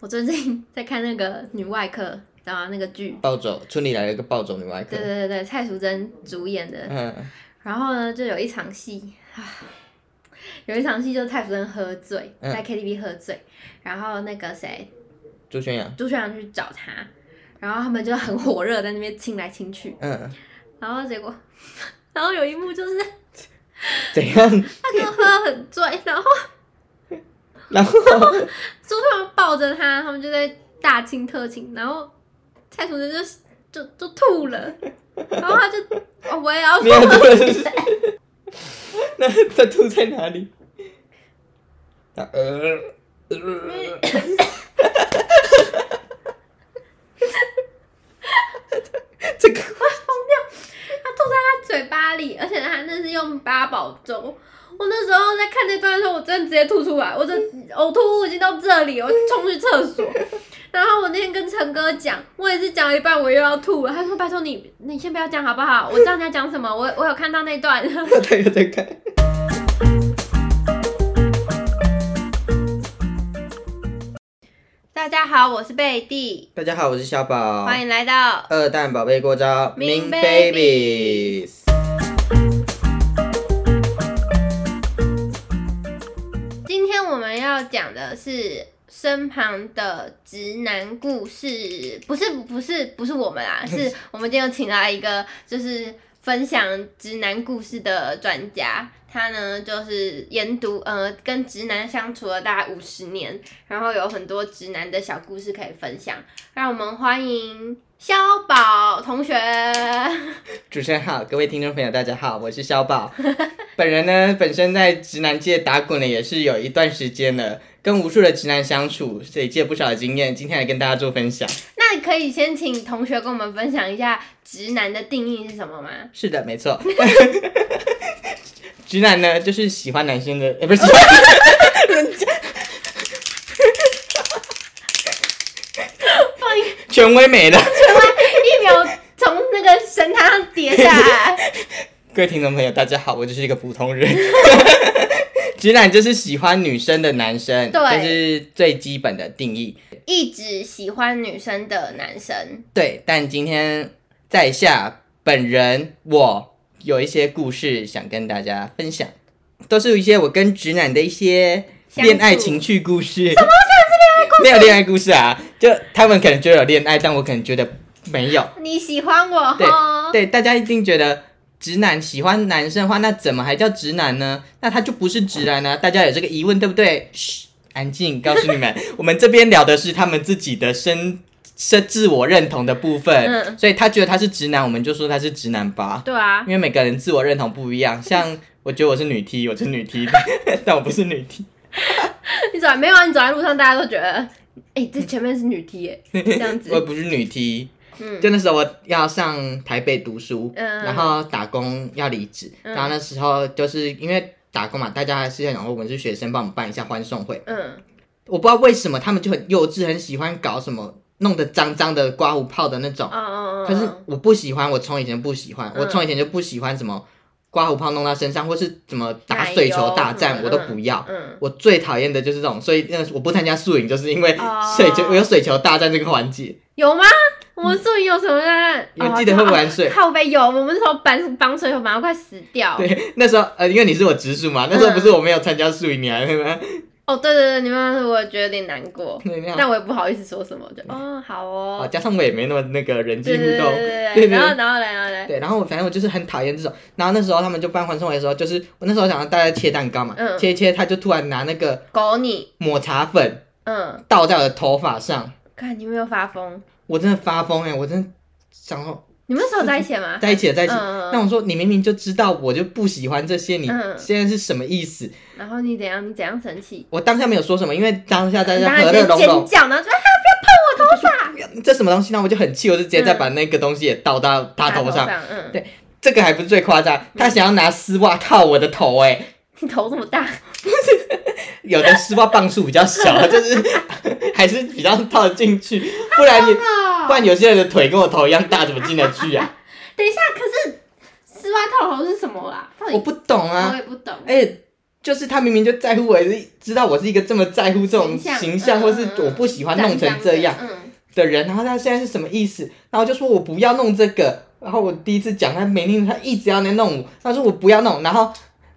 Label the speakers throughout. Speaker 1: 我最近 在看那个女外科，知道吗？那个剧，
Speaker 2: 暴走村里来了一个暴走女外科
Speaker 1: 对，对对对，蔡淑臻主演的。
Speaker 2: 嗯，
Speaker 1: 然后呢，就有一场戏啊，有一场戏就是蔡淑臻喝醉，
Speaker 2: 嗯
Speaker 1: 在 KTV 喝醉，然后那个谁
Speaker 2: 朱宣阳，
Speaker 1: 朱轩阳去找他，然后他们就很火热在那边亲来亲去，
Speaker 2: 嗯，
Speaker 1: 然后结果， 然后有一幕就是
Speaker 2: 怎样？
Speaker 1: 他可能喝得很醉，然后
Speaker 2: 然后
Speaker 1: 朱轩阳抱着他，他们就在大亲特亲，然后蔡淑臻就就就吐了，然后他就哦我也要
Speaker 2: 你
Speaker 1: 吐
Speaker 2: 要吐的是谁？那他吐在哪里？他呃呃，这个
Speaker 1: 他吐在他嘴巴里，而且他那是用八宝粥。我那时候在看这段的时候，我真的直接吐出来，我这呕吐物已经到这里，我冲去厕所。然后我那天跟陈哥讲，我也是讲一半，我又要吐了。他说：“拜托你，你先不要讲好不好？我知道你要讲什么，我我有看到那段。
Speaker 2: 他又在看。
Speaker 1: 大家好，我是贝蒂，
Speaker 2: 大家好，我是小宝，
Speaker 1: 欢迎来到
Speaker 2: 二蛋宝贝过招
Speaker 1: Min
Speaker 2: Babies。
Speaker 1: 今天我们要讲的是身旁的直男故事，不是不是不是我们 啊，是我们今天有请来一个就是分享直男故事的专家，他呢就是研读呃跟直男相处了大概五十年，然后有很多直男的小故事可以分享，让我们欢迎肖宝同学。
Speaker 2: 主持人好，各位听众朋友，大家好，我是小宝。 本人呢，本身在直男界打滚了也是有一段时间了，跟无数的直男相处，累积了不少的经验，今天来跟大家做分享。
Speaker 1: 那可以先请同学跟我们分享一下直男的定义是什么吗？
Speaker 2: 是的，没错。 直男呢，就是喜欢男生的，呃，不是喜欢人家。权威没 了，
Speaker 1: 一秒从那个神坛上跌下来。
Speaker 2: 各位听众朋友，大家好，我就是一个普通人。 直男就是喜欢女生的男生，
Speaker 1: 对
Speaker 2: 这是最基本的定义。
Speaker 1: 一直喜欢女生的男生，
Speaker 2: 对，但今天在下本人我有一些故事想跟大家分享，都是一些我跟直男的一些
Speaker 1: 相处
Speaker 2: 恋爱情趣故事。什么 没有恋爱故事啊，就他们可能觉得有恋爱，但我可能觉得没有。
Speaker 1: 你喜欢我
Speaker 2: 对
Speaker 1: 吼？
Speaker 2: 对，大家一定觉得直男喜欢男生的话，那怎么还叫直男呢？那他就不是直男呢、啊大家有这个疑问，对不对？嘘，安静，告诉 你们，我们这边聊的是他们自己的身身自我认同的部分，
Speaker 1: 嗯
Speaker 2: 所以他觉得他是直男，我们就说他是直男吧。
Speaker 1: 对啊，
Speaker 2: 因为每个人自我认同不一 样，像我觉得我是女 T，我是女 T，但我不是女 T。
Speaker 1: 你走在没有啊？你走在路上，大家都觉得，哎、这前面是女 T 哎、这样
Speaker 2: 我
Speaker 1: 子。
Speaker 2: 也不是女 T。
Speaker 1: 嗯
Speaker 2: 就那时候我要上台北读书，
Speaker 1: 嗯
Speaker 2: 然后打工要离职，
Speaker 1: 嗯
Speaker 2: 然后那时候就是因为打工嘛，大家还是想说我们是学生，帮我们办一下欢送会。
Speaker 1: 嗯，
Speaker 2: 我不知道为什么他们就很幼稚，很喜欢搞什么弄得脏脏的刮胡泡的那种
Speaker 1: 哦，哦哦，
Speaker 2: 可是我不喜欢，我从以前不喜欢，
Speaker 1: 嗯
Speaker 2: 我从以前就不喜欢什么刮胡泡弄到身上，或是怎么打水球大
Speaker 1: 奶
Speaker 2: 战，
Speaker 1: 油
Speaker 2: 我都不要。
Speaker 1: 嗯，
Speaker 2: 我最讨厌的就是这种，所以那个我不参加宿营，就是因为
Speaker 1: 哦
Speaker 2: 水球，我有水球大战这个环节。
Speaker 1: 有吗？我们宿营有什么呢？
Speaker 2: 你们记得会玩水
Speaker 1: 哦靠背有，我们那时候绑绑水手绑到快死掉。
Speaker 2: 对，那时候呃，因为你是我直属嘛，那时候不是我没有参加宿营，你还那边
Speaker 1: 哦，对对对，你们我觉得有点难过，
Speaker 2: 那样。
Speaker 1: 但我也不好意思说什么，就哦好哦，
Speaker 2: 啊，加上我也没那么那个人际
Speaker 1: 对
Speaker 2: 互
Speaker 1: 对
Speaker 2: 动，
Speaker 1: 对
Speaker 2: 对
Speaker 1: 对
Speaker 2: 对
Speaker 1: 然后然后来然后来，
Speaker 2: 对，然后我反正我就是很讨厌这种。然后那时候他们就办欢送会的时候，就是我那时候想要大家切蛋糕嘛，
Speaker 1: 嗯
Speaker 2: 切一切，他就突然拿那个
Speaker 1: 狗你，
Speaker 2: 抹茶粉
Speaker 1: 嗯，
Speaker 2: 倒在我的头发上，
Speaker 1: 看你有没有发疯？
Speaker 2: 我真的发疯哎、我真的想说
Speaker 1: 你们那时候在一起吗？
Speaker 2: 在一起了在一起
Speaker 1: 嗯
Speaker 2: 了。那我说你明明就知道我就不喜欢这些，你
Speaker 1: 嗯
Speaker 2: 现在是什么意思？
Speaker 1: 然后你怎样？你怎样生气？
Speaker 2: 我当下没有说什么，因为当下大
Speaker 1: 然
Speaker 2: 家
Speaker 1: 后
Speaker 2: 和
Speaker 1: 你
Speaker 2: 乐
Speaker 1: 先
Speaker 2: 融融
Speaker 1: 尖，叫，然后就啊
Speaker 2: 这什么东西呢？我就很气，我就直接再把那个东西也倒到他头上。，
Speaker 1: 嗯，
Speaker 2: 对这个还不是最夸张，他想要拿丝袜套我的头、哎，
Speaker 1: 你头这么大，
Speaker 2: 有的丝袜磅数比较小， 就是还是比较套得进去，不然你不然有些人的腿跟我头一样大，怎么进得 去啊？
Speaker 1: 等一下，可是丝袜套头是什么啦？到
Speaker 2: 我
Speaker 1: 底
Speaker 2: 不懂
Speaker 1: 我
Speaker 2: 啊，
Speaker 1: 也不懂。
Speaker 2: 哎、就是他明明就在乎我，也是知道我是一个这么在乎这种
Speaker 1: 形象
Speaker 2: 形
Speaker 1: 嗯
Speaker 2: 象，或是
Speaker 1: 嗯嗯
Speaker 2: 我不喜欢
Speaker 1: 脏
Speaker 2: 弄成
Speaker 1: 脏的
Speaker 2: 这样，
Speaker 1: 嗯，
Speaker 2: 的人，然后他现在是什么意思？然后就说我不要弄这个，然后我第一次讲他没听，他一直要来弄我，他说我不要弄，然后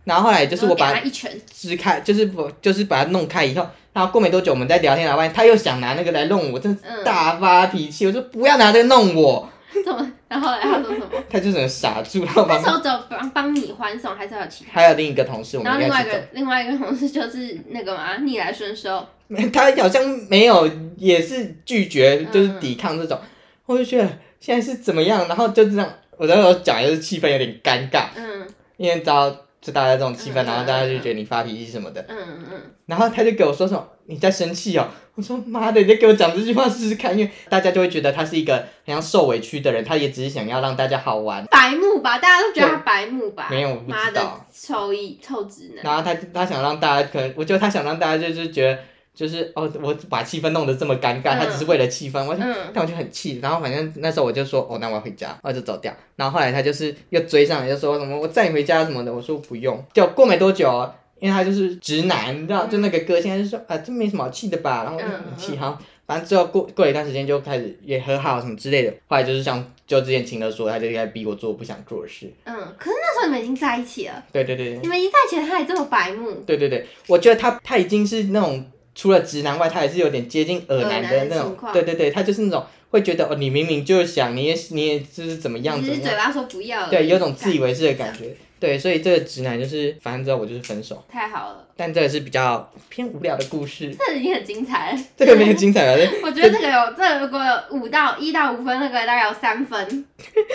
Speaker 2: 然后后来就是
Speaker 1: 然后
Speaker 2: 我
Speaker 1: 给
Speaker 2: 把
Speaker 1: 他一拳，
Speaker 2: 支开，就是我就是把它弄开以后，然后过没多久我们在聊天聊完，他又想拿那个来弄我，真是
Speaker 1: 嗯
Speaker 2: 大发脾气，我说不要拿这个弄我，
Speaker 1: 怎么？然后他说什么？
Speaker 2: 他就整个傻住，然后
Speaker 1: 那
Speaker 2: 把
Speaker 1: 时候只有帮帮你欢送，还是有其他？
Speaker 2: 还有另一个同事，我
Speaker 1: 然后
Speaker 2: 们一
Speaker 1: 另外
Speaker 2: 起
Speaker 1: 一个另外一个同事就是那个嘛，逆来顺受，
Speaker 2: 走， 他好像没有也是拒绝，
Speaker 1: 嗯
Speaker 2: 就是抵抗这种，我就觉得现在是怎么样，然后就这样，我那时候讲就是气氛有点尴尬。
Speaker 1: 嗯
Speaker 2: 因为知道就大家这种气氛，
Speaker 1: 嗯
Speaker 2: 然后大家就觉得你发脾气什么的，
Speaker 1: 嗯嗯，
Speaker 2: 然后他就给我说什么你在生气哦，我说妈的，你在给我讲这句话试试看，因为大家就会觉得他是一个很像受委屈的人，他也只是想要让大家好玩，
Speaker 1: 白目吧，大家都觉得他白目吧？
Speaker 2: 没有我不
Speaker 1: 妈
Speaker 2: 知
Speaker 1: 的
Speaker 2: 道，
Speaker 1: 臭一臭直男，
Speaker 2: 然后他他想让大家可能，我觉得他想让大家就是觉得就是哦，我把气氛弄得这么尴尬，
Speaker 1: 嗯
Speaker 2: 他只是为了气氛，我就。
Speaker 1: 嗯
Speaker 2: 但我就很气，然后反正那时候我就说，哦，那我要回家，我就走掉。然后后来他就是又追上来，就说什么我载你回家什么的，我说不用。就过没多久哦，因为他就是直男，你知道，就那个哥现在就说啊，这没什么好气的吧，然后我就
Speaker 1: 嗯
Speaker 2: 很气，好，反正之后过过了一段时间就开始也和好什么之类的。后来就是像就之前秦乐说，他就在逼我做我不想做的事。
Speaker 1: 嗯，可是那时候你们已经在一起了，
Speaker 2: 对对对
Speaker 1: 你们已经在一起了，他还这么白目，
Speaker 2: 对对对，我觉得他他已经是那种除了直男外，他也是有点接近耳
Speaker 1: 耳
Speaker 2: 男的
Speaker 1: 男的
Speaker 2: 那种
Speaker 1: 情。况
Speaker 2: 对对对，他就是那种会觉得哦，你明明就想，你也你也就是怎么样怎
Speaker 1: 只
Speaker 2: 么
Speaker 1: 是
Speaker 2: 样，
Speaker 1: 嘴巴说不要而已，
Speaker 2: 对，有种自以为是的感觉。对，所以这个直男就是，反正之后我就是分手。
Speaker 1: 太好了，
Speaker 2: 但这也是比较偏无聊的故事，
Speaker 1: 这已经很精彩 了。
Speaker 2: 这个没有精彩了。
Speaker 1: 我觉得这个有，这个如果有五到一到五分，那个大概有三分。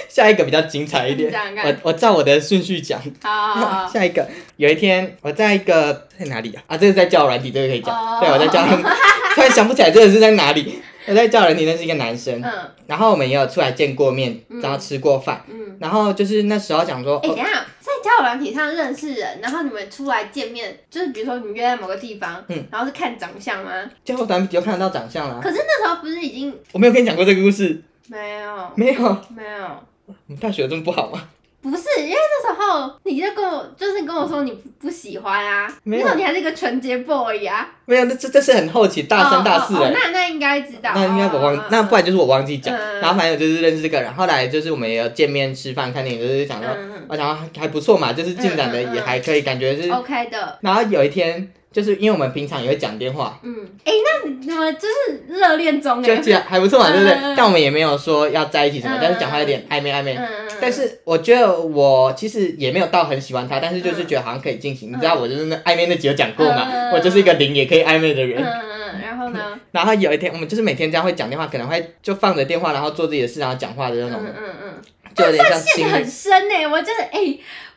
Speaker 2: 下一个比较精彩一
Speaker 1: 你
Speaker 2: 点呃
Speaker 1: 讲，看
Speaker 2: 我我照我的顺序讲。
Speaker 1: 好好 好好，
Speaker 2: 下一个，有一天我在一个在哪里啊？啊，这个在交友软体，这个可以讲。
Speaker 1: 哦
Speaker 2: 对，我在交友软体， 突然想不起来这个是在哪里。我在交友软体认识一个男生，
Speaker 1: 嗯
Speaker 2: 然后我们也有出来见过面，
Speaker 1: 嗯
Speaker 2: 然后吃过饭，
Speaker 1: 嗯。
Speaker 2: 然后就是那时候想说，
Speaker 1: 哎、等
Speaker 2: 哦，
Speaker 1: 一下，在交友软体上认识人，然后你们出来见面，就是比如说你们约在某个地方，
Speaker 2: 嗯啊
Speaker 1: 然后是看长相吗？
Speaker 2: 最后咱们就看得到长相了。
Speaker 1: 可是那时候不是已经
Speaker 2: 我没有跟你讲过这个故事，
Speaker 1: 没有
Speaker 2: 没有，我
Speaker 1: 没有，
Speaker 2: 们大学有这么不好吗？
Speaker 1: 不是因为那时候你就跟我就是跟我说你不不喜欢啊，
Speaker 2: 没
Speaker 1: 那
Speaker 2: 有
Speaker 1: 时候你还是一个纯洁 boy 啊，
Speaker 2: 没有，那这这是很后期，大三大四
Speaker 1: 哦哦哦
Speaker 2: 哎、
Speaker 1: 那那应该知道，嗯
Speaker 2: 那应该我忘，那不
Speaker 1: 然
Speaker 2: 然就是我忘记讲。
Speaker 1: 嗯
Speaker 2: 然后反正我就是认识这个人，后来就是我们也有见面吃饭看电影，就是想到，
Speaker 1: 嗯
Speaker 2: 我想到还不错嘛，就是进展的
Speaker 1: 嗯嗯嗯
Speaker 2: 也还可以，感觉是
Speaker 1: 嗯 OK 的，
Speaker 2: 然后有一天，就是因为我们平常也会讲电话，
Speaker 1: 嗯，哎、那你怎么就是热恋中哎、
Speaker 2: 就这样还不错嘛，
Speaker 1: 嗯
Speaker 2: 对不对
Speaker 1: 嗯嗯？
Speaker 2: 但我们也没有说要在一起什么
Speaker 1: 嗯，
Speaker 2: 但是讲话有点暧昧暧昧。
Speaker 1: 嗯嗯，
Speaker 2: 但是我觉得我其实也没有到很喜欢他，但是就是觉得好像可以进行。你知道我就是那暧昧那集有讲过
Speaker 1: 嗯嗯嗯
Speaker 2: 嘛，
Speaker 1: 嗯
Speaker 2: 我就是一个零也可以暧昧的
Speaker 1: 嗯
Speaker 2: 人。
Speaker 1: 嗯嗯，然后呢？
Speaker 2: 然后有一天，我们就是每天这样会讲电话，可能会就放着电话，然后做自己的事，然后讲话的那
Speaker 1: 嗯
Speaker 2: 种，
Speaker 1: 嗯嗯，
Speaker 2: 就有点像
Speaker 1: 陷
Speaker 2: 情
Speaker 1: 得
Speaker 2: 侣
Speaker 1: 很深呢、我真的哎、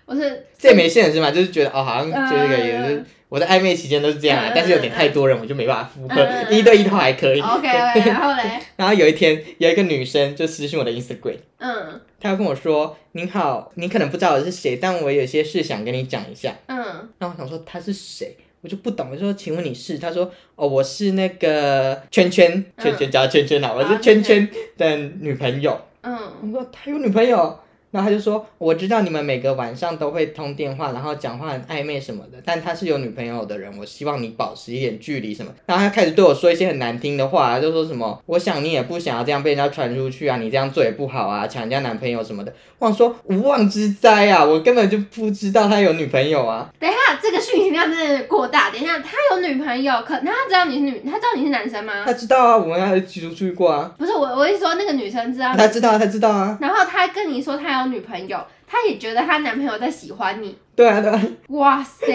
Speaker 1: 我是
Speaker 2: 这也没现实嘛，就是觉得哦，好像就这个
Speaker 1: 嗯
Speaker 2: 也是我在暧昧期间都是这样啊
Speaker 1: 嗯，
Speaker 2: 但是有点太多人，我就没办法负荷
Speaker 1: 嗯嗯，嗯
Speaker 2: 一对一的话还可以。
Speaker 1: OK OK，然后 嘞，
Speaker 2: 然后有一天，有一个女生就私信我的 Instagram，
Speaker 1: 嗯
Speaker 2: 她要跟我说：“您好，你可能不知道我是谁，但我有些事想跟你讲一下。
Speaker 1: 嗯”
Speaker 2: 然后我想说她是谁，我就不懂，我就说：“请问你是？”她说：“哦，我是那个圈圈，
Speaker 1: 嗯
Speaker 2: 圈圈叫圈圈啊，我是圈圈的女朋友。”
Speaker 1: 嗯
Speaker 2: 我说：“她有女朋友。”然后她就说：“我知道你们每个晚上都会通电话，然后讲话很暧昧什么的，但她是有女朋友的人，我希望你保持一点距离什么。”然后她开始对我说一些很难听的话，啊就说什么“我想你也不想要这样被人家传出去啊，你这样做也不好啊，抢人家男朋友什么的。”我想说无妄之灾啊，我根本就不知道她有女朋友啊。
Speaker 1: 等一下，这个讯息量真的有点过大。等一下，他有女朋友，可那他知道你是女，他知道你是男生吗
Speaker 2: 她？知道啊，我们还出去过啊，
Speaker 1: 不是我，我是说那个女生知道你，
Speaker 2: 她知道啊，她知道啊，
Speaker 1: 然后他跟你说他有女朋友，他也觉得他男朋友在喜欢你。
Speaker 2: 对啊对啊，
Speaker 1: 哇 塞，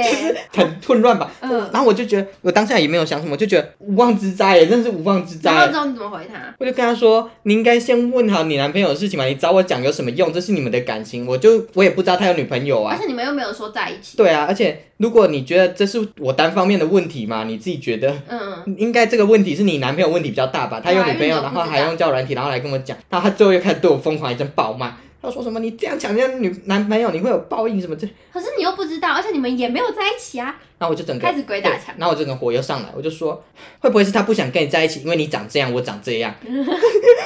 Speaker 2: 很混乱吧？
Speaker 1: 嗯，
Speaker 2: 然后我就觉得，我当下也没有想什么，就觉得无妄之灾耶，真的是无妄之灾
Speaker 1: 然
Speaker 2: 耶
Speaker 1: 后。之后你怎么回他？
Speaker 2: 我就跟他说，你应该先问好你男朋友的事情嘛，你找我讲有什么用？这是你们的感情，我就我也不知道他有女朋友
Speaker 1: 而
Speaker 2: 啊。
Speaker 1: 且你们又没有说在一起。
Speaker 2: 对啊，而且如果你觉得这是我单方面的问题嘛，你自己觉得
Speaker 1: 嗯，
Speaker 2: 应该这个问题是你男朋友问题比较大吧？他有女朋
Speaker 1: 对
Speaker 2: 友，
Speaker 1: 啊因为我
Speaker 2: 然后
Speaker 1: 不知道
Speaker 2: 还用交友软体，然后来跟我讲，然后他最后又开始对我疯狂一阵暴骂，他说什么你这样抢人家女男朋友，你会有报应什么这，
Speaker 1: 可是你又不知道，而且你们也没有在一起啊，
Speaker 2: 然后我就整个
Speaker 1: 开始鬼打墙
Speaker 2: 对。然后我整个火又上来，我就说会不会是他不想跟你在一起，因为你长这样，我长这 样，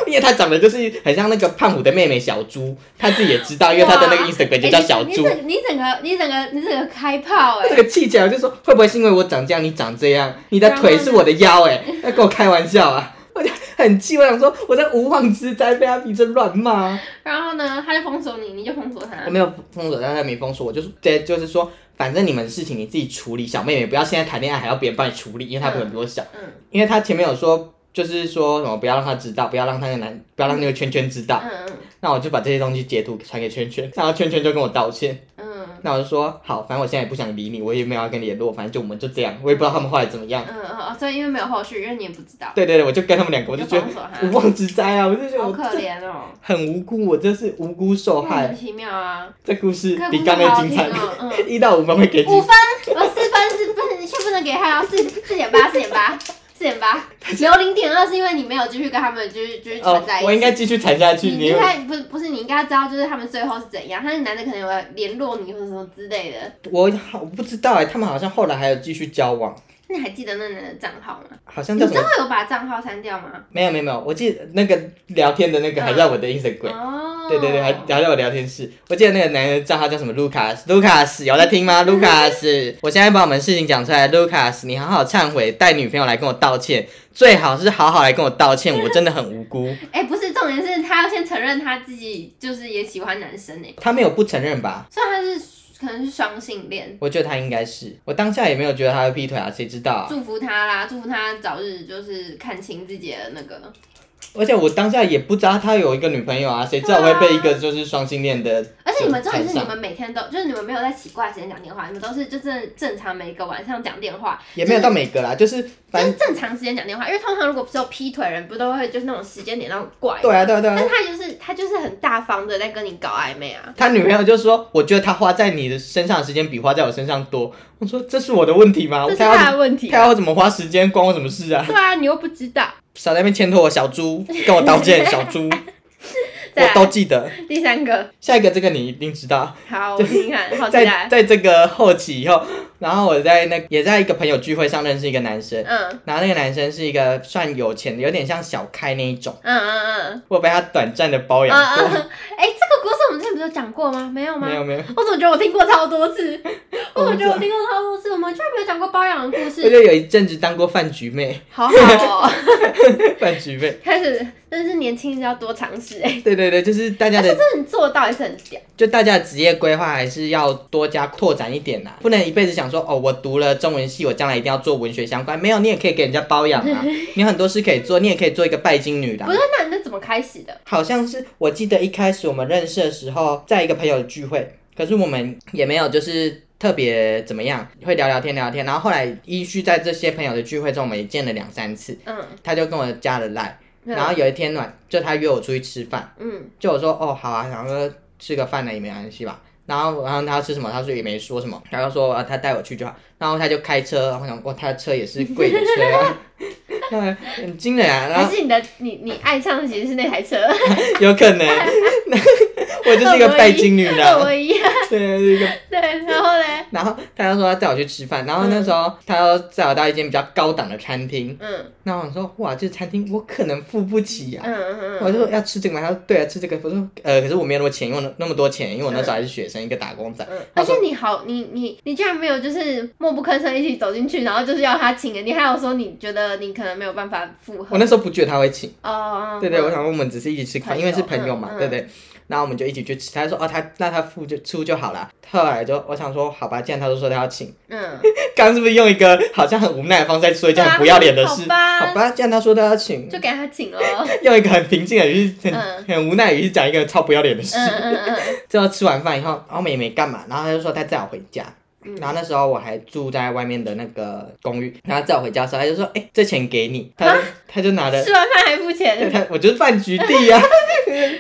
Speaker 2: 因为他长得就是很像那个胖虎的妹妹小猪，他自己也 知道，因为他的那个
Speaker 1: 哇
Speaker 2: Instagram 就
Speaker 1: 哎
Speaker 2: 叫小
Speaker 1: 你
Speaker 2: 猪。
Speaker 1: 你你整个你整个你整个开炮哎、
Speaker 2: 这个气起来，我就说会不会是因为我长这样，你长这样，你的腿是我的腰、 哎，在跟我开玩笑啊！我就很气，我想说我在无妄之灾被他逼着乱骂啊、
Speaker 1: 然后呢，他就封锁你，你就封锁他
Speaker 2: 我。没有封锁，但他没封锁，我就是对，就是说，反正你们的事情你自己处理，小妹妹不要现在谈恋爱还要别人帮你处理，因为她可能比我小，
Speaker 1: 嗯
Speaker 2: 因为她前面有说。就是说什么不要让她知道，不要让那个男，不要让那个圈圈知道。
Speaker 1: 嗯嗯
Speaker 2: 那我就把这些东西截图传给圈圈，然后圈圈就跟我道歉。
Speaker 1: 嗯
Speaker 2: 那我就说好，反正我现在也不想理你，我也没有要跟你联络，反正就我们就这样，我也不知道他们后来怎么样。
Speaker 1: 嗯嗯，哦所以因为没有后续，因为你也不知道，
Speaker 2: 对对对，我就跟他们两个，我
Speaker 1: 你
Speaker 2: 就
Speaker 1: 就
Speaker 2: 觉得
Speaker 1: 封锁他，
Speaker 2: 无妄之灾啊，我就觉得
Speaker 1: 好
Speaker 2: 我
Speaker 1: 可
Speaker 2: 这
Speaker 1: 怜哦，
Speaker 2: 很无辜，我真是无辜受
Speaker 1: 莫
Speaker 2: 害。
Speaker 1: 名其妙啊。
Speaker 2: 这故事
Speaker 1: 可
Speaker 2: 比
Speaker 1: 是
Speaker 2: 刚
Speaker 1: 不
Speaker 2: 才
Speaker 1: 好
Speaker 2: 精
Speaker 1: 听
Speaker 2: 彩，
Speaker 1: 哦嗯
Speaker 2: 一到五分会给几
Speaker 1: 五？分，呃，四分是不能，却不能给他，哦，四四点八，四点八，四点八，留零点二是因为你没有继续跟他们就是就是
Speaker 2: 哦
Speaker 1: 存在一，起。
Speaker 2: 我应该继续踩下去，
Speaker 1: 你
Speaker 2: 你
Speaker 1: 应
Speaker 2: 又
Speaker 1: 该不是不是你应该知道就是他们最后是怎样，他那男的可能有联络你或者什么之类的。
Speaker 2: 我我不知道哎、他们好像后来还有继续交往，
Speaker 1: 那你还记得那男的账号吗？
Speaker 2: 好像
Speaker 1: 你
Speaker 2: 叫
Speaker 1: 真
Speaker 2: 什么？
Speaker 1: 的有把账号删掉吗？
Speaker 2: 没有没有没有，我记得那个聊天的那个还在我的 Instagram。
Speaker 1: 哦，
Speaker 2: 对对对，还聊到我聊天室。我记得那个男人账号叫什么卢卡斯，卢卡斯有在听 吗？卢卡斯，我现在把我们事情讲出来，卢卡斯，你好好忏悔，带女朋友来跟我道歉，最好是好好来跟我道歉，我真的很 无辜。
Speaker 1: 哎、不是，重点是他要先承认他自己就是也喜欢男生哎、
Speaker 2: 他没有不承认吧？
Speaker 1: 虽然他是可能是双性恋，
Speaker 2: 我觉得他应该是，我当下也没有觉得他会劈腿啊，谁知道啊？
Speaker 1: 祝福他啦，祝福他早日就是看清自己的那个。
Speaker 2: 而且我当下也不知道他有一个女朋友啊，谁知道我会被一个就是双性恋的，
Speaker 1: 而且你们重点是
Speaker 2: 才
Speaker 1: 你们每天都就是你们没有在奇怪的时间讲电话，你们都是就正正常每个晚上讲电话，
Speaker 2: 也没有到每个啦，就是
Speaker 1: 就
Speaker 2: 反
Speaker 1: 是
Speaker 2: 正
Speaker 1: 正常时间讲电话。因为通常如果不是有劈腿人，不都会就是那种时间点到怪。
Speaker 2: 对啊对啊对啊
Speaker 1: 但。是他就是他就是很大方的在跟你搞暧昧啊，
Speaker 2: 他女朋友就说：“我觉得他花在你的身上的时间比花在我身上多。”我说：“这是我的问题吗？
Speaker 1: 这是
Speaker 2: 他要
Speaker 1: 他的问题啊
Speaker 2: 他。要怎么花时间，关我什么事啊？
Speaker 1: 对啊，你又不知道。
Speaker 2: 少在那边牵拖我，小猪，跟我道歉，小 猪，
Speaker 1: 再
Speaker 2: 我
Speaker 1: 来
Speaker 2: 都记得。
Speaker 1: 第三个，
Speaker 2: 下一个这个你一定知道，
Speaker 1: 好，我听听看，好期
Speaker 2: 在
Speaker 1: 待。
Speaker 2: 在这个后期以后，然后我在那也在一个朋友聚会上认识一个男生，
Speaker 1: 嗯
Speaker 2: 然后那个男生是一个算有钱的，有点像小开那一种，
Speaker 1: 嗯嗯
Speaker 2: 我被他短暂的包
Speaker 1: 嗯嗯
Speaker 2: 养过，
Speaker 1: 嗯。哎、这个故事我们之前不是有讲过吗？没有吗？
Speaker 2: 没有没有，
Speaker 1: 我怎么觉得我听过超多 次？我怎么觉得
Speaker 2: 我
Speaker 1: 我听过超多次？我们居然没有讲过包养的故
Speaker 2: 我
Speaker 1: 事，
Speaker 2: 就有一阵子当过饭局妹，
Speaker 1: 好好哦。
Speaker 2: 饭局妹，
Speaker 1: 开始，但是年轻人要多尝 试哎，
Speaker 2: 对对对，就是大家
Speaker 1: 而
Speaker 2: 的
Speaker 1: 且这你做到也是很屌。
Speaker 2: 就大家的职业规划还是要多加拓展一点啦，不能一辈子想说哦，我读了中文系，我将来一定要做文学相关。没有，你也可以给人家包养啊，你有很多事可以做，你也可以做一个拜金女啦
Speaker 1: 不。是，那你是怎么开始的？
Speaker 2: 好像是我记得一开始我们认识的时候，在一个朋友的聚会，可是我们也没有就是特别怎么样，会聊聊天聊天。然后后来依据在这些朋友的聚会中，我们也见了两三次，
Speaker 1: 嗯，
Speaker 2: 他就跟我加了赖，
Speaker 1: 嗯
Speaker 2: 然后有一天晚就他约我出去吃饭。
Speaker 1: 嗯
Speaker 2: 就我说哦好啊，然后说吃个饭呢也没关系吧。然后然后他吃什么，他说也没说什么，然后说、啊、他带我去就好。然后他就开车，然后我想哇他的车也是贵的车、啊，那很惊人啊。然
Speaker 1: 还
Speaker 2: 后
Speaker 1: 是你的你你爱上的其实是那台车，
Speaker 2: 有可能，我就是一个拜金女
Speaker 1: 跟
Speaker 2: 啦，
Speaker 1: 我一样。
Speaker 2: 对，就是一个。
Speaker 1: 对，然后嘞，
Speaker 2: 然后他就说他带我去吃饭，然后那时候他要载我到一间比较高档的餐厅，
Speaker 1: 嗯
Speaker 2: 那我想说哇这餐厅我可能付不起呀、
Speaker 1: 嗯嗯
Speaker 2: 我
Speaker 1: 嗯，
Speaker 2: 就说要吃这个吗？他说对啊，吃这个。我说呃，可是我没有那么钱，因为我那么多钱，因为我那时候还是学生，一个打工仔。
Speaker 1: 嗯
Speaker 2: 他
Speaker 1: 而
Speaker 2: 说
Speaker 1: 且你好，你你你居然没有就是默不吭声一起走进去，然后就是要他请的，你还有说你觉得你可能没有办法附和
Speaker 2: 我。那时候不觉得他会请，
Speaker 1: 哦，
Speaker 2: 对对，我
Speaker 1: 嗯
Speaker 2: 想说我们只是一起吃饭，
Speaker 1: 朋
Speaker 2: 因
Speaker 1: 友
Speaker 2: 为是朋友嘛，
Speaker 1: 嗯嗯
Speaker 2: 对对。然后我们就一起去吃，他说哦，他那他付就出就好了。后来就我想说，好吧，既然他都说他要请，
Speaker 1: 嗯，
Speaker 2: 刚刚是不是用一个好像很无奈的方式在说一件
Speaker 1: 对啊
Speaker 2: 很不要脸的事？
Speaker 1: 好吧
Speaker 2: 好吧，既然他说他要请，
Speaker 1: 就给他请 喽。
Speaker 2: 用一个很平静的语气，很、
Speaker 1: 嗯
Speaker 2: 很无奈的语气讲一个超不要脸的事。
Speaker 1: 嗯嗯嗯嗯
Speaker 2: 最后吃完饭以后，然后我们也没干嘛，然后他就说他载我回家。
Speaker 1: 嗯
Speaker 2: 然后那时候我还住在外面的那个公寓，然后载我回家的时候，他就说：“哎、这钱给你。他”他就拿着
Speaker 1: 嗯，吃完饭还付
Speaker 2: 对
Speaker 1: 钱，
Speaker 2: 他，我就是饭局地呀、啊，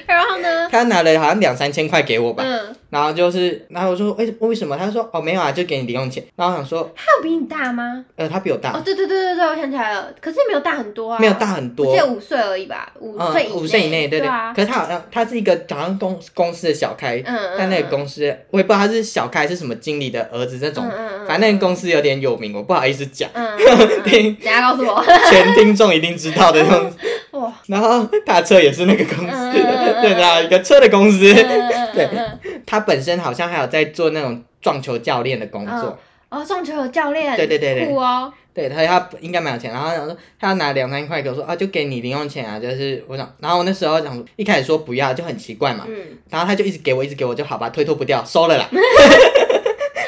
Speaker 1: 然后呢？
Speaker 2: 他拿了好像两三千块给我吧，
Speaker 1: 嗯，
Speaker 2: 然后就是，然后我说为、为什么？他说哦没有啊，就给你零用钱。然后我想说，
Speaker 1: 他有比你大吗？
Speaker 2: 呃，他比我大，
Speaker 1: 哦，对对对对对，我想起来了，可是没有大很多啊，
Speaker 2: 没有大很
Speaker 1: 我
Speaker 2: 多
Speaker 1: 只，有五岁而已吧，五岁
Speaker 2: 嗯，五岁以内，对
Speaker 1: 对
Speaker 2: 对。
Speaker 1: 啊，
Speaker 2: 可是他好像他是一个好像公公司的小开，
Speaker 1: 嗯嗯，
Speaker 2: 但那个
Speaker 1: 嗯
Speaker 2: 公司我也不知道他是小开还是什么经理的儿子那种，
Speaker 1: 嗯嗯
Speaker 2: 反正那个公司有点有名，我不好意思讲，
Speaker 1: 嗯，嗯
Speaker 2: 对
Speaker 1: 嗯等一下告诉 我，
Speaker 2: 全听众一定知道的那种。
Speaker 1: 哇，
Speaker 2: 然后他车也是那个公
Speaker 1: 嗯
Speaker 2: 司，
Speaker 1: 嗯嗯嗯
Speaker 2: 对，然后一个车的公司，
Speaker 1: 嗯嗯嗯
Speaker 2: 对
Speaker 1: 嗯嗯
Speaker 2: 他本身好像还有在做那种撞球教练的工作，
Speaker 1: 哦，撞球有教练，
Speaker 2: 对对对对
Speaker 1: 酷哦，
Speaker 2: 对，他他应该蛮有钱，然后他说他要拿两三块给我说啊，就给你零用钱啊，就是我想，然后我那时候想一开始说不要就很奇怪嘛，
Speaker 1: 嗯，
Speaker 2: 然后他就一直给我，一直给我，就好吧，推脱不 掉，收了啦，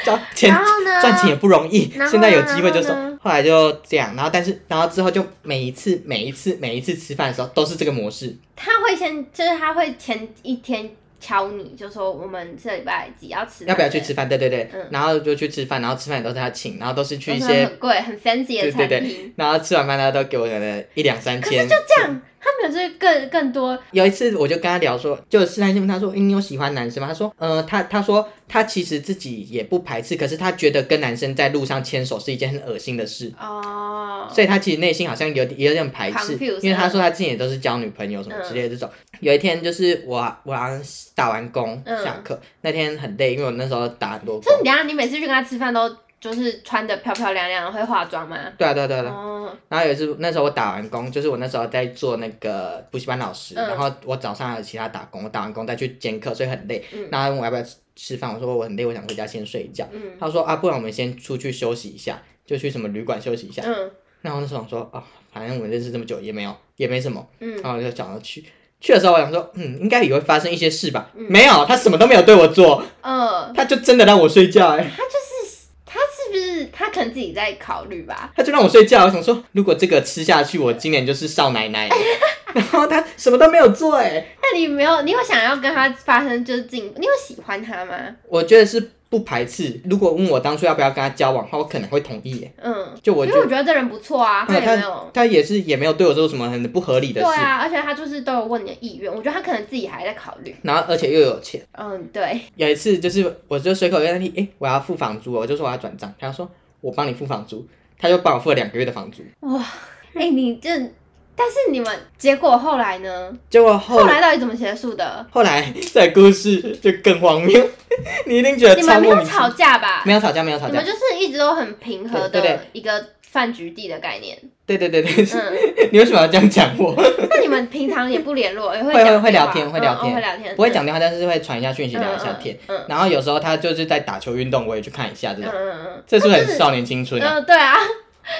Speaker 2: 赚钱
Speaker 1: 然后呢？
Speaker 2: 赚钱也不容易
Speaker 1: 然后，呢
Speaker 2: 现在有机会就收
Speaker 1: 然后呢，
Speaker 2: 后来就这样，然后但是然后之后就每一次每一次每一次吃饭的时候都是这个模式，
Speaker 1: 他会先，就是他会前一天敲你，就说我们这礼拜几要吃，
Speaker 2: 要不要去？吃饭？对对对
Speaker 1: 嗯，
Speaker 2: 然后就去吃饭，然后吃饭也都是他请，然后都是去一
Speaker 1: 都是
Speaker 2: 些，
Speaker 1: 很贵、很 fancy 的
Speaker 2: 对对
Speaker 1: 餐
Speaker 2: 对
Speaker 1: 厅。
Speaker 2: 然后吃完饭他都给我可能一两三
Speaker 1: 可是
Speaker 2: 千
Speaker 1: 就。这样，他们有就是更更多，
Speaker 2: 有一次我就跟他聊说，就是试探性问他说：“诶你有喜欢男生吗？”他说：“呃，他他说他其实自己也不排斥，可是他觉得跟男生在路上牵手是一件很恶心的
Speaker 1: 嗯
Speaker 2: 事。”
Speaker 1: 哦，
Speaker 2: 所以他其实内心好像有也有点排斥
Speaker 1: Confused，
Speaker 2: 因为他说他之前也都是交女朋友什么之类的这种。有一天就是我我好像打完工
Speaker 1: 嗯
Speaker 2: 下课、那天很累，因为我那时候打很多工
Speaker 1: 所以。你等一下你每次去跟他吃饭都就是穿的漂漂亮亮，会化妆吗？
Speaker 2: 对啊对啊对啊对啊，
Speaker 1: 哦，
Speaker 2: 然后有一次那时候我打完工，就是我那时候在做那个补习班老师，
Speaker 1: 嗯
Speaker 2: 然后我早上还有其他打工，我打完工再去兼课，所以很累。
Speaker 1: 嗯
Speaker 2: 然后他问我要不要吃吃饭，我说我很累，我想回家先睡一觉。
Speaker 1: 嗯
Speaker 2: 他说啊，不然我们先出去休息一下，就去什么旅馆休息一下。
Speaker 1: 嗯
Speaker 2: 然后我那时候想说啊，反正我们认识这么久也没有也没什么，
Speaker 1: 嗯，
Speaker 2: 然后我就想要去。去的时候我想说，嗯，应该也会发生一些事吧。
Speaker 1: 嗯
Speaker 2: 没有，他什么都没有对我做，
Speaker 1: 呃，
Speaker 2: 他就真的让我睡觉、哎，
Speaker 1: 他就是他是不是他可能自己在考虑吧？
Speaker 2: 他就让我睡觉。我想说，如果这个吃下去，我今年就是少奶 奶了。然后他什么都没有做、哎，
Speaker 1: 那你没有，你有想要跟他发生就是进一步，你有喜欢他吗？
Speaker 2: 我觉得是不排斥。如果问我当初要不要跟他交往的话，我可能会同意、哎，
Speaker 1: 嗯，
Speaker 2: 就我
Speaker 1: 因
Speaker 2: 觉
Speaker 1: 为我
Speaker 2: 得
Speaker 1: 觉得这人不错啊，他
Speaker 2: 嗯
Speaker 1: 也没有。
Speaker 2: 他他也是也没有对我做什么很不合理的
Speaker 1: 对
Speaker 2: 事，
Speaker 1: 啊，而且他就是都有问你的意愿，我觉得他可能自己还在考虑。
Speaker 2: 然后而且又有钱。
Speaker 1: 嗯，对，
Speaker 2: 有一次就是我就随口问他，哎、我要付房租哦，我就说我要转账，他说我帮你付房租，他就帮我付了两个月的房租。
Speaker 1: 哇，哎、你这，但是你们结果后来呢？
Speaker 2: 结果后
Speaker 1: 后
Speaker 2: 来
Speaker 1: 来到底怎么结束的？
Speaker 2: 后来这个故事就更荒谬，你一定觉得
Speaker 1: 你
Speaker 2: 超
Speaker 1: 们没
Speaker 2: 莫名
Speaker 1: 有
Speaker 2: 其妙
Speaker 1: 吵。架吧？
Speaker 2: 没有吵架，没有吵
Speaker 1: 你
Speaker 2: 架
Speaker 1: 们，就是一直都很平和
Speaker 2: 对对
Speaker 1: 的一个饭局地的概念。
Speaker 2: 对对对对，
Speaker 1: 嗯，
Speaker 2: 你为什么要这样讲 我？
Speaker 1: 那你们平常也不联络，也会
Speaker 2: 会会
Speaker 1: 讲
Speaker 2: 会聊
Speaker 1: 话
Speaker 2: 天会
Speaker 1: 嗯
Speaker 2: 聊
Speaker 1: 哦
Speaker 2: 天
Speaker 1: 会聊天，
Speaker 2: 不会讲电话，但是会传一下讯息，
Speaker 1: 嗯
Speaker 2: 聊一下天。。
Speaker 1: 嗯
Speaker 2: 然后有时候他就是在打球运动，我也去看一下这
Speaker 1: 嗯
Speaker 2: 种，
Speaker 1: 嗯嗯
Speaker 2: 这是不是很少年青春
Speaker 1: 嗯，
Speaker 2: 啊？
Speaker 1: 嗯，对啊，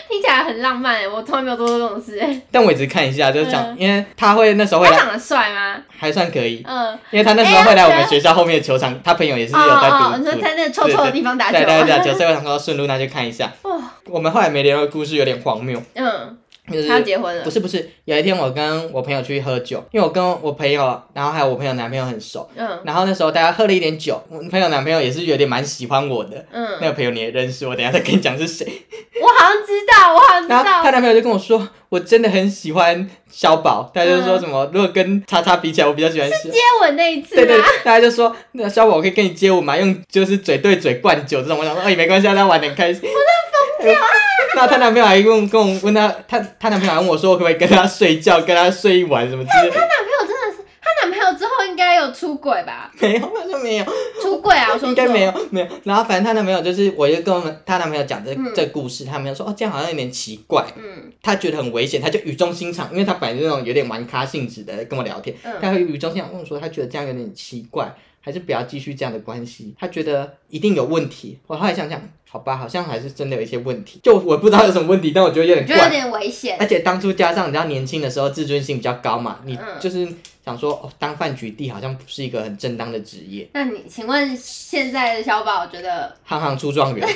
Speaker 1: 听起来很浪漫哎，我从来没有做过这种事哎。
Speaker 2: 但我也只是看一下，就是讲，
Speaker 1: 嗯
Speaker 2: 因为他会那时候会
Speaker 1: 他
Speaker 2: 来，
Speaker 1: 长得帅吗？
Speaker 2: 还算可以，
Speaker 1: 嗯，
Speaker 2: 因为他那时候会来我们
Speaker 1: 哎
Speaker 2: 学校后面的球场，他朋友也是
Speaker 1: 哦
Speaker 2: 有在
Speaker 1: 哦，
Speaker 2: 读
Speaker 1: 你说
Speaker 2: 书，
Speaker 1: 在那个臭臭的地方打球
Speaker 2: 对，对
Speaker 1: 啊，
Speaker 2: 对，球，所以我想说顺路那就看一下。
Speaker 1: 哦，
Speaker 2: 我们后来没联络的故事有点荒谬，
Speaker 1: 嗯，
Speaker 2: 就
Speaker 1: 他要
Speaker 2: 是。
Speaker 1: 结婚了
Speaker 2: 不，是不是，有一天我跟我朋友去喝酒，因为我跟我朋友，然后还有我朋友男朋友很熟，
Speaker 1: 嗯
Speaker 2: 然后那时候大家喝了一点酒，我朋友男朋友也是有点蛮喜欢我的，
Speaker 1: 嗯，
Speaker 2: 那个朋友你也认识，我等一下再跟你讲 是谁。
Speaker 1: 我好像知道，我好像知
Speaker 2: 然后
Speaker 1: 道
Speaker 2: 她，男朋友就跟我说，我真的很喜欢小宝，他就说什
Speaker 1: 嗯
Speaker 2: 么，如果跟叉叉比起来，我比较喜欢 小。
Speaker 1: 接吻那一次
Speaker 2: 对对，
Speaker 1: 啊，
Speaker 2: 大家就说那小宝，我可以跟你接吻吗？用就是嘴对嘴灌酒这种，我想说，哎，没关系，大家玩的很开心。我在疯掉 啊！然后她男朋友还问跟我问她，她她男朋友还问我说，我可不可以跟她睡觉，跟她睡一晚什么之类的
Speaker 1: 她。 男朋友真的是，她男朋友之后应该有出轨吧？
Speaker 2: 没有，她说没有。
Speaker 1: 出轨啊，我说
Speaker 2: 应该
Speaker 1: 错
Speaker 2: 没有没有。然后反正她男朋友就是，我就跟我们她男朋友讲这、
Speaker 1: 嗯
Speaker 2: 这故事，她男朋友说哦，这样好像有点奇怪，
Speaker 1: 嗯
Speaker 2: 她觉得很危险，她就语重心长，因为她本来就那种有点玩咖性质的跟我聊天，
Speaker 1: 嗯
Speaker 2: 她会语重心长跟我说，她觉得这样有点奇怪，还是不要继续这样的关系，她觉得一定有问题。我后来想想，好吧，好像还是真的有一些问题，就我不知道有什么问题，但我觉得有点
Speaker 1: 我觉得有
Speaker 2: 怪。
Speaker 1: 点危险
Speaker 2: 而，且当初加上你知道年轻的时候自尊心比较高嘛，你
Speaker 1: 嗯
Speaker 2: 就是想说哦，当饭局地好像不是一个很正当的职业，
Speaker 1: 那你请问现 在的小宝觉得
Speaker 2: 行行出状元。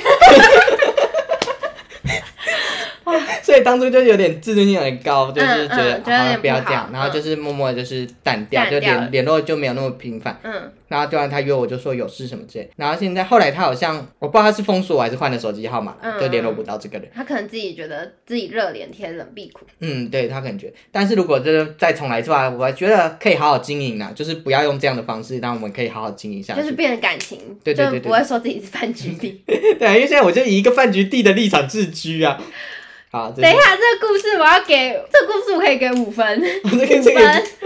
Speaker 2: 所以当初就有点自尊心有点高，就是觉得、
Speaker 1: 嗯嗯觉得有
Speaker 2: 好
Speaker 1: 点
Speaker 2: 不要
Speaker 1: 不
Speaker 2: 这
Speaker 1: 好
Speaker 2: 样，然后
Speaker 1: 嗯
Speaker 2: 就是默默地就是淡掉，
Speaker 1: 淡
Speaker 2: 就
Speaker 1: 掉
Speaker 2: 联联络就没有那么频繁。
Speaker 1: 嗯，
Speaker 2: 然后对方他约我就说有事什么之类，然后现在后来他好像我不知道他是封锁我还是换了手机号码，
Speaker 1: 嗯
Speaker 2: 就联络不到这个人。
Speaker 1: 他可能自己觉得自己热脸贴冷屁股，
Speaker 2: 嗯，对他可能觉得，但是如果就是再重来一次的话，我觉得可以好好经营啦，就是不要用这样的方式，让我们可以好好经营下去。
Speaker 1: 就是变得感情，
Speaker 2: 对对对对
Speaker 1: 就不会说自己是饭局地。
Speaker 2: 对啊，因为现在我就以一个饭局地的立场自居啊。好，这
Speaker 1: 等一
Speaker 2: 是
Speaker 1: 下，这个故事我要给，这个故事我可以给五分，
Speaker 2: 我 这个
Speaker 1: 五
Speaker 2: 这个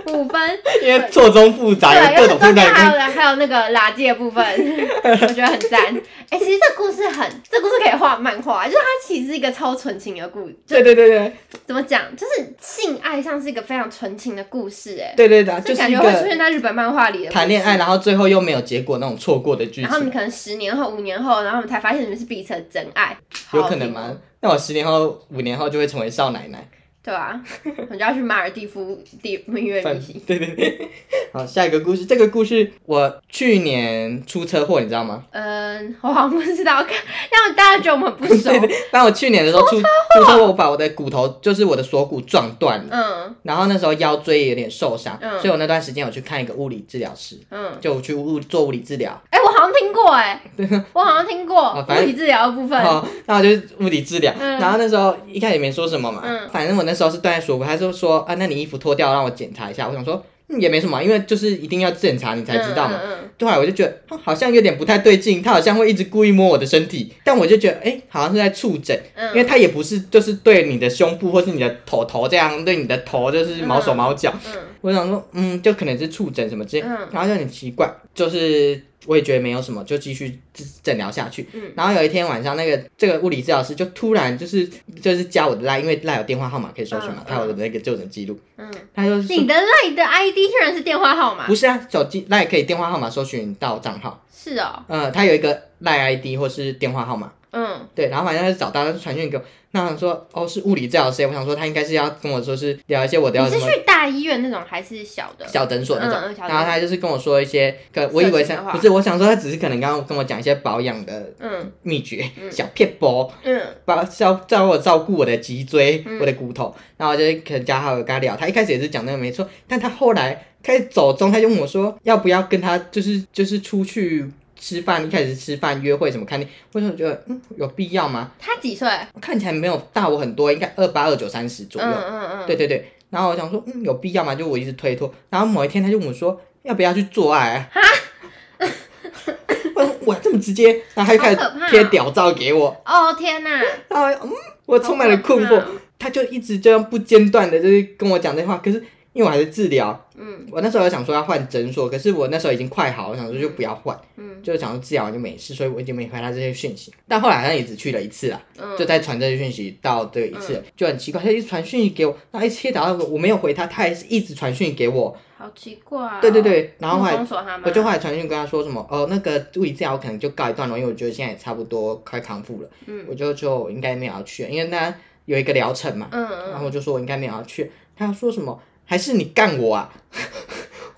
Speaker 1: 分，五分。
Speaker 2: 因为错综复杂，
Speaker 1: 对，
Speaker 2: 有
Speaker 1: 又
Speaker 2: 各
Speaker 1: 是
Speaker 2: 种
Speaker 1: 中
Speaker 2: 复
Speaker 1: 间还
Speaker 2: 杂。
Speaker 1: 有还有那个垃圾的部 分，我觉得很赞。哎、其实这故事很，这故事可以画漫画，就是它其实是一个超纯情的故，就
Speaker 2: 对对对对
Speaker 1: 怎么讲，就是性爱上是一个非常纯情的故事、哎，
Speaker 2: 对对的，啊就
Speaker 1: 这
Speaker 2: 是
Speaker 1: 感
Speaker 2: 一
Speaker 1: 觉会出现
Speaker 2: 个
Speaker 1: 在日本漫画里的故事
Speaker 2: 谈恋爱，。然后最后又没有结果那种错过的剧
Speaker 1: 然后你
Speaker 2: 情，
Speaker 1: 可能十年后、五年后，然后你才发现你们是彼此的真爱，
Speaker 2: 有
Speaker 1: 好
Speaker 2: 可能
Speaker 1: 听哦
Speaker 2: 吗？？那我十年后、五年后就会成为少奶奶。
Speaker 1: 对啊，我就要去马尔蒂夫地蜜月旅行。
Speaker 2: 对对对。好，下一个故事，这个故事我去年出车祸，你知道吗？
Speaker 1: 嗯，我好像不知道，看， 要不大家觉得我们很不 熟。
Speaker 2: 但我去年的时候出出车祸，我把我的骨头，就是我的锁骨撞断了，
Speaker 1: 嗯
Speaker 2: 然后那时候腰椎也有点受伤，
Speaker 1: 嗯
Speaker 2: 所以我那段时间我去看一个物理治疗师，
Speaker 1: 嗯，
Speaker 2: 就去物做物理治疗。
Speaker 1: 哎、我好像听过、哎， 我好像听过
Speaker 2: 哦
Speaker 1: 物
Speaker 2: 反正哦
Speaker 1: 理治疗的部分。
Speaker 2: 好，那我就是物理治疗。
Speaker 1: 嗯
Speaker 2: 然后那时候一开始也没说什么嘛，
Speaker 1: 嗯
Speaker 2: 反正我那时候是断在锁骨，他就说啊，那你衣服脱掉让我检查一下。我想说、嗯、也没什么，因为就是一定要检查你才知道嘛。
Speaker 1: 嗯嗯嗯
Speaker 2: 后来我就觉得、哦好像有点不太对劲，他好像会一直故意摸我的身体，但我就觉得哎、好像是在触诊，
Speaker 1: 嗯
Speaker 2: 因为他也不是就是对你的胸部或是你的头头这样对你的头就是毛手毛脚。
Speaker 1: 嗯
Speaker 2: 我想说嗯，就可能是触诊什么之类，
Speaker 1: 嗯
Speaker 2: 然后就很奇怪，就是我也觉得没有什么，就继续治诊疗下去。
Speaker 1: 嗯
Speaker 2: 然后有一天晚上，那个这个物理治疗师就突然就是就是加我的赖，因为赖有电话号码可以搜寻嘛
Speaker 1: 嗯，
Speaker 2: 他有我的那个就诊记录，
Speaker 1: 嗯，
Speaker 2: 他就说
Speaker 1: 你的 LINE 的 ID 居然是电话号码？
Speaker 2: 不是啊，手机赖可以电话号码搜寻到账号，
Speaker 1: 是哦，
Speaker 2: 呃，他有一个赖 ID 或是电话号码，
Speaker 1: 嗯
Speaker 2: 对，然后反正他就找到，他就传讯给我，那我想说哦是物理治疗师，我想说他应该是要跟我说是聊一些我的
Speaker 1: 你
Speaker 2: 要什
Speaker 1: 是
Speaker 2: 么。
Speaker 1: 去大医院那种还是小的？
Speaker 2: 小诊所那种，
Speaker 1: 嗯嗯小诊所
Speaker 2: 然后他就是跟我说一些，可我以为
Speaker 1: 色情
Speaker 2: 他
Speaker 1: 的话
Speaker 2: 不是，我想说他只是可能刚刚跟我讲一些保养的
Speaker 1: 嗯
Speaker 2: 秘诀、
Speaker 1: 嗯
Speaker 2: 小撇步，
Speaker 1: 嗯
Speaker 2: 把照照我照顾我的脊椎、
Speaker 1: 嗯
Speaker 2: 我的骨头，然后我就可能加好友跟他聊，他一开始也是讲那个没错，但他后来开始走中，他就问我说要不要跟他就是就是出去吃饭，一开始吃饭约会什么看电影，为什么觉得嗯有必要吗？
Speaker 1: 他几岁？
Speaker 2: 看起来没有大我很多，应该二八二九三十左右，
Speaker 1: 嗯嗯嗯，
Speaker 2: 对对对，然后我想说嗯有必要吗？就我一直推脱，然后某一天他就问我说要不要去做爱啊？ 我我这么直接，然后他就开始
Speaker 1: 好可怕哦
Speaker 2: 贴屌照给我，
Speaker 1: 哦天哪，
Speaker 2: 然后嗯， 我充满了困
Speaker 1: 好可啊
Speaker 2: 惑
Speaker 1: 怕。
Speaker 2: 他就一直这样不间断的，就是跟我讲这话。可是因为我还在治疗，
Speaker 1: 嗯
Speaker 2: 我那时候有想说要换诊所，可是我那时候已经快好，我想说就不要换，
Speaker 1: 嗯
Speaker 2: 就想说治疗完就没事，所以我已经没回他这些讯息。但后来好像也只去了一次啦，
Speaker 1: 嗯，
Speaker 2: 就再传这些讯息到这一次，就很奇怪，他一直传讯息给我，然后一切打到我，我没有回他，他还是一直传讯息给我。
Speaker 1: 好奇怪哦。
Speaker 2: 对对对，然后
Speaker 1: 你
Speaker 2: 后
Speaker 1: 有
Speaker 2: 来
Speaker 1: 封锁他吗？
Speaker 2: 我就后来传讯跟他说什么，哦，那个物理治疗我可能就告一段落，因为我觉得现在也差不多快康复了，
Speaker 1: 嗯
Speaker 2: 我就就我应该没有要去，因为那有一个疗程嘛，
Speaker 1: 嗯
Speaker 2: 然
Speaker 1: 嗯，
Speaker 2: 后我就说我应该没有要去，他说什么还是你干我啊？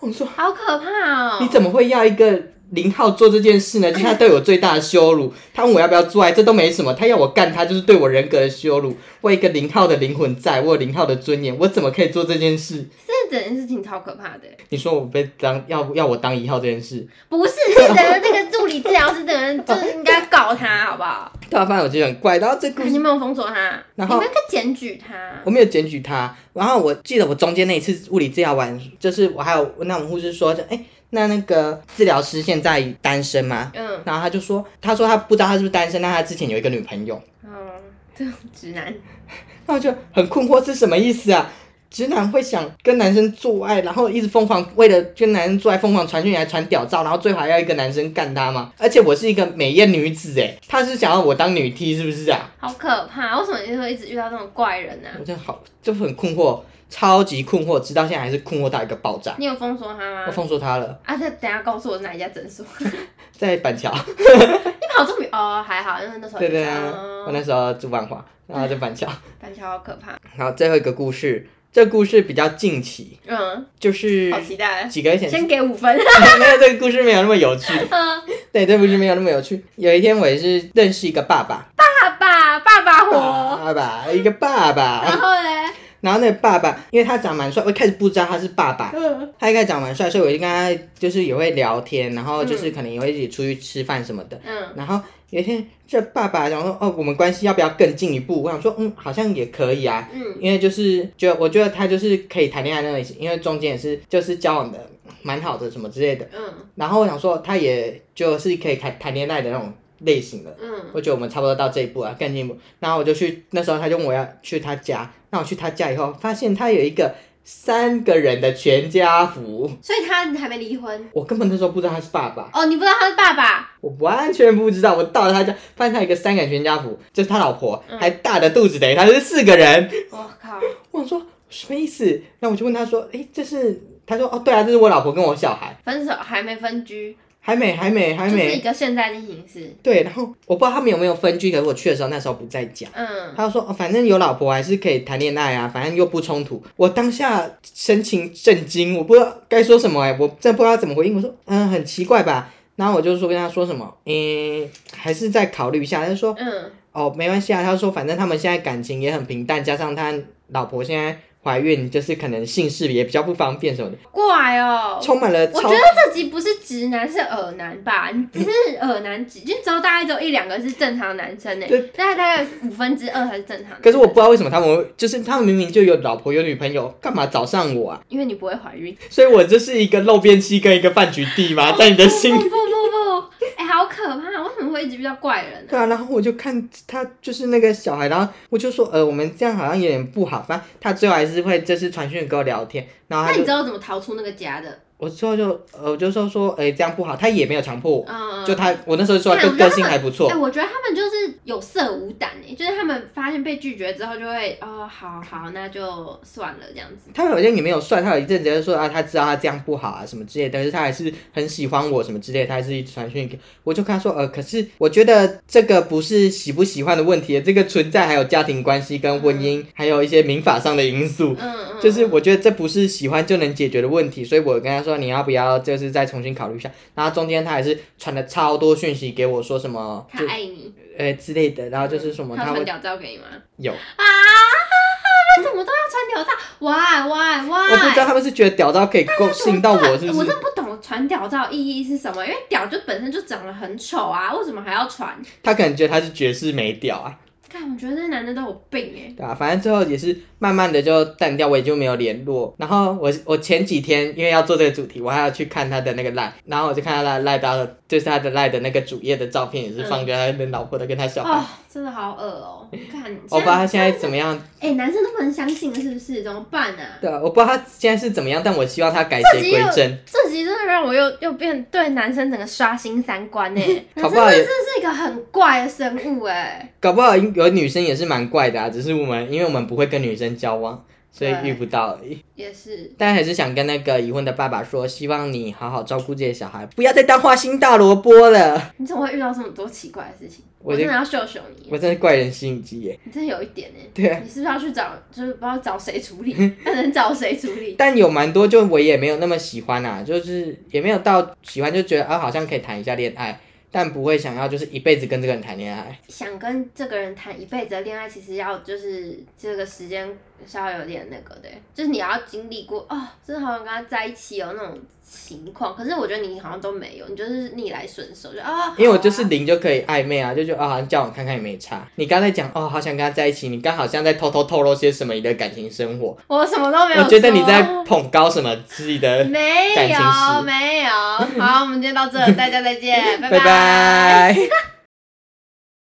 Speaker 2: 我说
Speaker 1: 好可怕哦。
Speaker 2: 你怎么会要一个零号做这件事呢？就是他对我最大的羞辱，他问我要不要做爱，这都没什么，他要我干他就是对我人格的羞辱，我有一个零号的灵魂在，我有零号的尊严，我怎么可以做这件事？
Speaker 1: 这整件事情超可怕的？
Speaker 2: 你说我被当要要我当一号这件事，
Speaker 1: 不是，是等着这个助理治疗师，等人就是应该告他，好不好？
Speaker 2: 突然发现我觉得很怪，然后这故事
Speaker 1: 你没有封锁他，你
Speaker 2: 然后
Speaker 1: 们应该检举他。
Speaker 2: 我没有检举他。然后我记得我中间那一次物理治疗完，就是我还有那我们护士说，就哎、那那个治疗师现在单身吗？
Speaker 1: 嗯
Speaker 2: 然后他就说，他说他不知道他是不是单身，但他之前有一个女朋友。
Speaker 1: 嗯，这种直男。
Speaker 2: 那我就很困惑，是什么意思啊？直男会想跟男生做爱，然后一直疯狂为了跟男生做爱疯狂传讯息，还传屌照，然后最后还要一个男生干他吗？而且我是一个美艳女子，哎，他是想要我当女 T 是不是啊？
Speaker 1: 好可怕！为什么你会一直遇到这种怪人呢、啊？
Speaker 2: 我真的好，就很困惑，超级困惑，直到现在还是困惑到一个爆炸。
Speaker 1: 你有封锁他
Speaker 2: 我
Speaker 1: 吗？
Speaker 2: 封锁他了，
Speaker 1: 啊，那等一下告诉我是哪一家诊所。
Speaker 2: 在板桥。
Speaker 1: 你跑这么远哦，还好，因为那时候
Speaker 2: 对对
Speaker 1: 就
Speaker 2: 啊
Speaker 1: 是哦，
Speaker 2: 我那时候住万华，然后在板桥。
Speaker 1: 板桥好可怕。
Speaker 2: 然后最后一个故事，这故事比较近期，
Speaker 1: 嗯，
Speaker 2: 就是
Speaker 1: 好期待。啊
Speaker 2: 几个月前，
Speaker 1: 先给五分。
Speaker 2: 没有这个故事没有那么有趣。
Speaker 1: 嗯
Speaker 2: 对，这故事没有那么有趣。有一天我也是认识一个爸爸，
Speaker 1: 爸爸，爸爸我。
Speaker 2: 爸爸，一个爸
Speaker 1: 然
Speaker 2: 爸。
Speaker 1: 后嘞，
Speaker 2: 然后那个爸爸，因为他长蛮帅，我一开始不知道他是爸爸，
Speaker 1: 嗯
Speaker 2: 他一开始长蛮帅，所以我就跟他就是也会聊天，然后就是可能也会一起出去吃饭什么的。
Speaker 1: 嗯，
Speaker 2: 然后有一天，这爸爸想说，哦，我们关系要不要更进一步？我想说，嗯，好像也可以啊，
Speaker 1: 嗯，
Speaker 2: 因为就是觉得我觉得他就是可以谈恋爱那种类型，因为中间也是就是交往的蛮好的什么之类的。
Speaker 1: 嗯
Speaker 2: 然后我想说，他也就是可以谈谈恋爱的那种类型了。
Speaker 1: 嗯
Speaker 2: 我觉得我们差不多到这一步了，啊更进一步。然后我就去，那时候他就问我要去他家，那我去他家以后，发现他有一个三个人的全家福，
Speaker 1: 所以他还没离婚
Speaker 2: 我根本那时候不知道他是爸爸，
Speaker 1: 哦，你不知道他是爸爸，
Speaker 2: 我完全不知道。我到了他家，发现他有一个三个人全家福，就是他老婆，
Speaker 1: 嗯
Speaker 2: 还大着肚子等于他是四个人。
Speaker 1: 我靠，
Speaker 2: 我想说什么意思？那我就问他说，诶，这是？他说，哦，对啊，这是我老婆跟我小孩，
Speaker 1: 分手还没分居，
Speaker 2: 还没，还没，还
Speaker 1: 就
Speaker 2: 没。
Speaker 1: 是一个现在进行式，
Speaker 2: 对，然后我不知道他们有没有分居，可是我去的时候那时候不在家。
Speaker 1: 嗯，
Speaker 2: 他就说、哦，反正有老婆还是可以谈恋爱啊，反正又不冲突。我当下神情震惊，我不知道该说什么哎、我真的不知道怎么回应。我说，嗯，很奇怪吧？然后我就说跟他说什么，嗯，还是再考虑一下。他就说，
Speaker 1: 嗯
Speaker 2: 哦，没关系啊。他说，反正他们现在感情也很平淡，加上他老婆现在怀孕，就是可能性事也比较不方便什么的，
Speaker 1: 怪哦。
Speaker 2: 充满了
Speaker 1: 我
Speaker 2: 超
Speaker 1: 觉得这集不是直男，是耳男吧？你只是耳男集，就只有大概只有一两个是正常男生呢、欸
Speaker 2: 对
Speaker 1: 大概大概五分之二才是正常欸的。
Speaker 2: 可是我不知道为什么他们会，就是他们明明就有老婆有女朋友，干嘛找上我啊？
Speaker 1: 因为你不会怀孕。
Speaker 2: 所以我就是一个漏便器跟一个饭局地
Speaker 1: 哦
Speaker 2: 吗？在你的心
Speaker 1: 不不不 不，哎、好可怕！为什么会一直遇到怪人呢、
Speaker 2: 对啊，然后我就看他就是那个小孩，然后我就说，呃，我们这样好像有点不好。反正他最后还是会就是传讯跟我聊天，然后
Speaker 1: 那
Speaker 2: 他
Speaker 1: 你
Speaker 2: 就
Speaker 1: 知道怎么逃出那个家的？
Speaker 2: 我之后就呃我就说说，哎、这样不好，他也没有强迫我，
Speaker 1: 嗯，
Speaker 2: 就他我那时候说
Speaker 1: 对
Speaker 2: 他
Speaker 1: 我
Speaker 2: 个
Speaker 1: 觉得
Speaker 2: 个性还不
Speaker 1: 哎、
Speaker 2: 错，
Speaker 1: 我觉得他们就是有色无胆哎、就是他们发现被拒绝之后就会哦，好好，那就算了这样子。
Speaker 2: 他好像也没有算，他有一阵子就说啊，他知道他这样不好啊什么之类的，但是他还是很喜欢我什么之类的，他还是一直传讯给我，就跟他说，呃，可是我觉得这个不是喜不喜欢的问题，这个存在还有家庭关系跟婚姻，还有一些民法上的因素。
Speaker 1: 嗯嗯，
Speaker 2: 就是我觉得这不是喜欢就能解决的问题，所以我跟他说你要不要就是再重新考虑一下。然后中间他还是传了超多讯息给我，说什么
Speaker 1: 他
Speaker 2: 就
Speaker 1: 爱你，
Speaker 2: 呃之类的，然后就是什么
Speaker 1: 他有
Speaker 2: 他
Speaker 1: 传
Speaker 2: 会
Speaker 1: 屌照给你吗？
Speaker 2: 有，
Speaker 1: 啊，为什么都要传屌照？Why why
Speaker 2: 我不知
Speaker 1: why？
Speaker 2: 道他们是觉得屌到可
Speaker 1: 哎
Speaker 2: 以够吸引到我是不
Speaker 1: 我
Speaker 2: 是
Speaker 1: 真？不懂传屌照的意义是什么，因为屌就本身就长得很丑啊，为什么还要传？
Speaker 2: 他可能觉得他是绝世美屌啊，
Speaker 1: 看，我觉得这男的都有病哎、
Speaker 2: 对吧、啊反正最后也是慢慢的就淡掉，我也就没有联络。然后我我前几天因为要做这个主题，我还要去看他的那个赖，然后我就看他的赖的，就是他的赖的那个主页的照片，也是放着他的老婆的跟他小孩。
Speaker 1: 嗯哦，真的好恶哦、看，
Speaker 2: 我不知道他
Speaker 1: 现
Speaker 2: 现在怎么样，
Speaker 1: 在哎、男生都不能相信了，是不是？怎么办啊？
Speaker 2: 对啊，我不知道他现在是怎么样，但我希望他改邪归正。
Speaker 1: 这集真的让我又又变对男生整个刷新三观哎、
Speaker 2: 搞
Speaker 1: 男
Speaker 2: 不
Speaker 1: 生
Speaker 2: 好
Speaker 1: 真
Speaker 2: 也
Speaker 1: 的是一个很怪的生物哎、
Speaker 2: 搞不好有女生也是蛮怪的啊，只是我们因为我们不会跟女生交往，所以
Speaker 1: 对
Speaker 2: 遇不到而已。
Speaker 1: 也是。
Speaker 2: 但还是想跟那个已婚的爸爸说，希望你好好照顾这些小孩，不要再当花心大萝卜了。
Speaker 1: 你怎么会遇到这么多奇怪的事情？
Speaker 2: 我
Speaker 1: 我真
Speaker 2: 就
Speaker 1: 的要秀秀你。
Speaker 2: 我真是怪人吸引机耶。
Speaker 1: 你真的有一点呢、欸
Speaker 2: 对啊
Speaker 1: 你是不是要去找，就是不知道找谁处理， 那能找谁处理？
Speaker 2: 但有蛮多就我也没有那么喜欢啊，就是也没有到喜欢，就觉得啊好像可以谈一下恋爱，但不会想要就是一辈子跟这个人谈恋爱。
Speaker 1: 想跟这个人谈一辈子的恋爱，其实要就是这个时间稍微有点那个的、欸就是你要经历过哦，真的好想跟他在一起哦那种情况。可是我觉得你好像都没有，你就是逆来顺受，就啊，
Speaker 2: 因为我
Speaker 1: 好啊
Speaker 2: 就是零就可以暧昧啊，就觉得啊，好像交往看看也没差。你刚才讲哦，好想跟他在一起，你刚好像在偷偷透露些什么你的感情生活，
Speaker 1: 我什么都没有说，
Speaker 2: 我觉得你在捧高什么自己的。
Speaker 1: 没
Speaker 2: 感情
Speaker 1: 有
Speaker 2: 史
Speaker 1: 没有。好，我们今天到这，大家再见，
Speaker 2: 拜
Speaker 1: 拜
Speaker 2: 拜。